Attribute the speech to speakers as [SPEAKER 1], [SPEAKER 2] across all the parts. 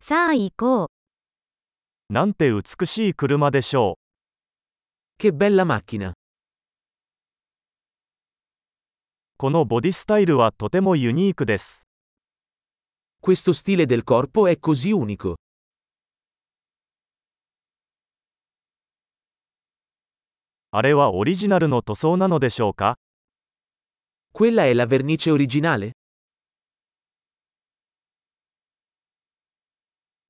[SPEAKER 1] さあ行こう。
[SPEAKER 2] なんて美しい車でしょう。
[SPEAKER 3] Che bella macchina!
[SPEAKER 2] このボディスタイルはとてもユニークです。
[SPEAKER 3] Questo stile del corpo è così unico.
[SPEAKER 2] あれはオリジナルの塗装なのでしょうか
[SPEAKER 3] Quella è la vernice originale?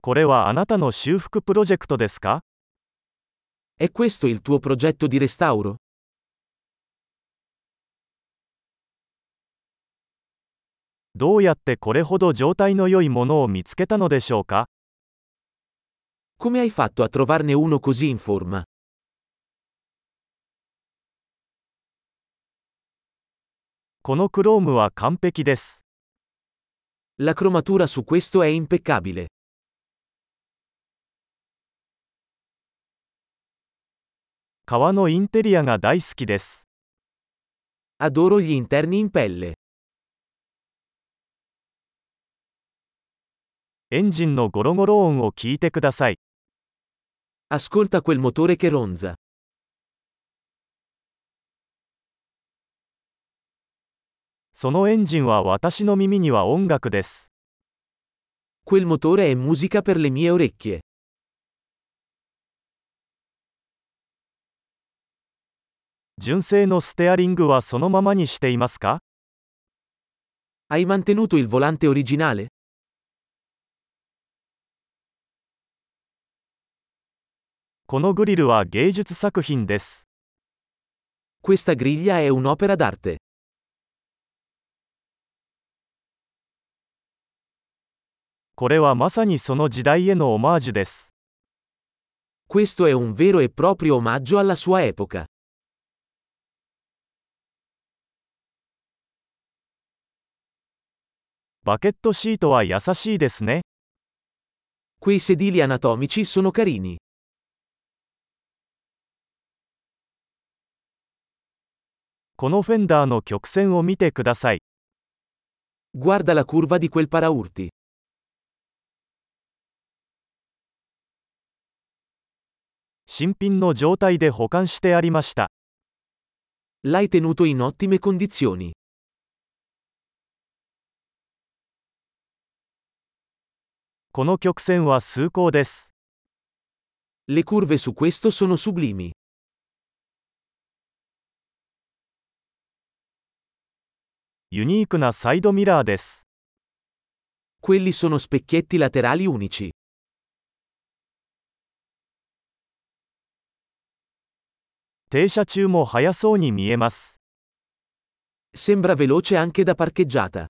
[SPEAKER 2] これはあなたの修復プロジェクトですか
[SPEAKER 3] È questo il tuo progetto di restauro?
[SPEAKER 2] どうやってこれほど状態の良いものを見つけたのでしょうか
[SPEAKER 3] Come hai fatto a trovarne uno così in forma?
[SPEAKER 2] このクロームは完璧です。
[SPEAKER 3] La cromatura su questo è impeccabile.
[SPEAKER 2] 革のインテリアが大好きです。
[SPEAKER 3] Adoro gli interni in pelle.
[SPEAKER 2] エンジンのゴロゴロ音を聞いてください。
[SPEAKER 3] Ascolta quel motore che ronza.
[SPEAKER 2] そのエンジンは私の耳には音楽です。
[SPEAKER 3] Quel motore è musica per le mie orecchie.
[SPEAKER 2] 純正のステアリングはそのままにしていますか
[SPEAKER 3] Hai mantenuto il volante originale?
[SPEAKER 2] このグリルは芸術作品です。
[SPEAKER 3] Questa griglia è un'opera d'arte.
[SPEAKER 2] これはまさにその時代へのオマージュです。
[SPEAKER 3] Questo è un vero e proprio omaggio alla sua epoca.
[SPEAKER 2] バケットシートは優しいですね。
[SPEAKER 3] Quei sedili anatomici sono carini.
[SPEAKER 2] このフェンダーの曲線を見てください。
[SPEAKER 3] Guarda la curva di quel paraurti.
[SPEAKER 2] 新品の状態で保管してありました。
[SPEAKER 3] L'hai tenuto in ottime condizioni.
[SPEAKER 2] この曲線は崇高です。
[SPEAKER 3] Le curve su questo sono sublimi.
[SPEAKER 2] ユニークなサイドミラーです。
[SPEAKER 3] Quelli sono specchietti laterali unici.
[SPEAKER 2] 停車中も速そうに見えます。
[SPEAKER 3] Sembra veloce anche da parcheggiata.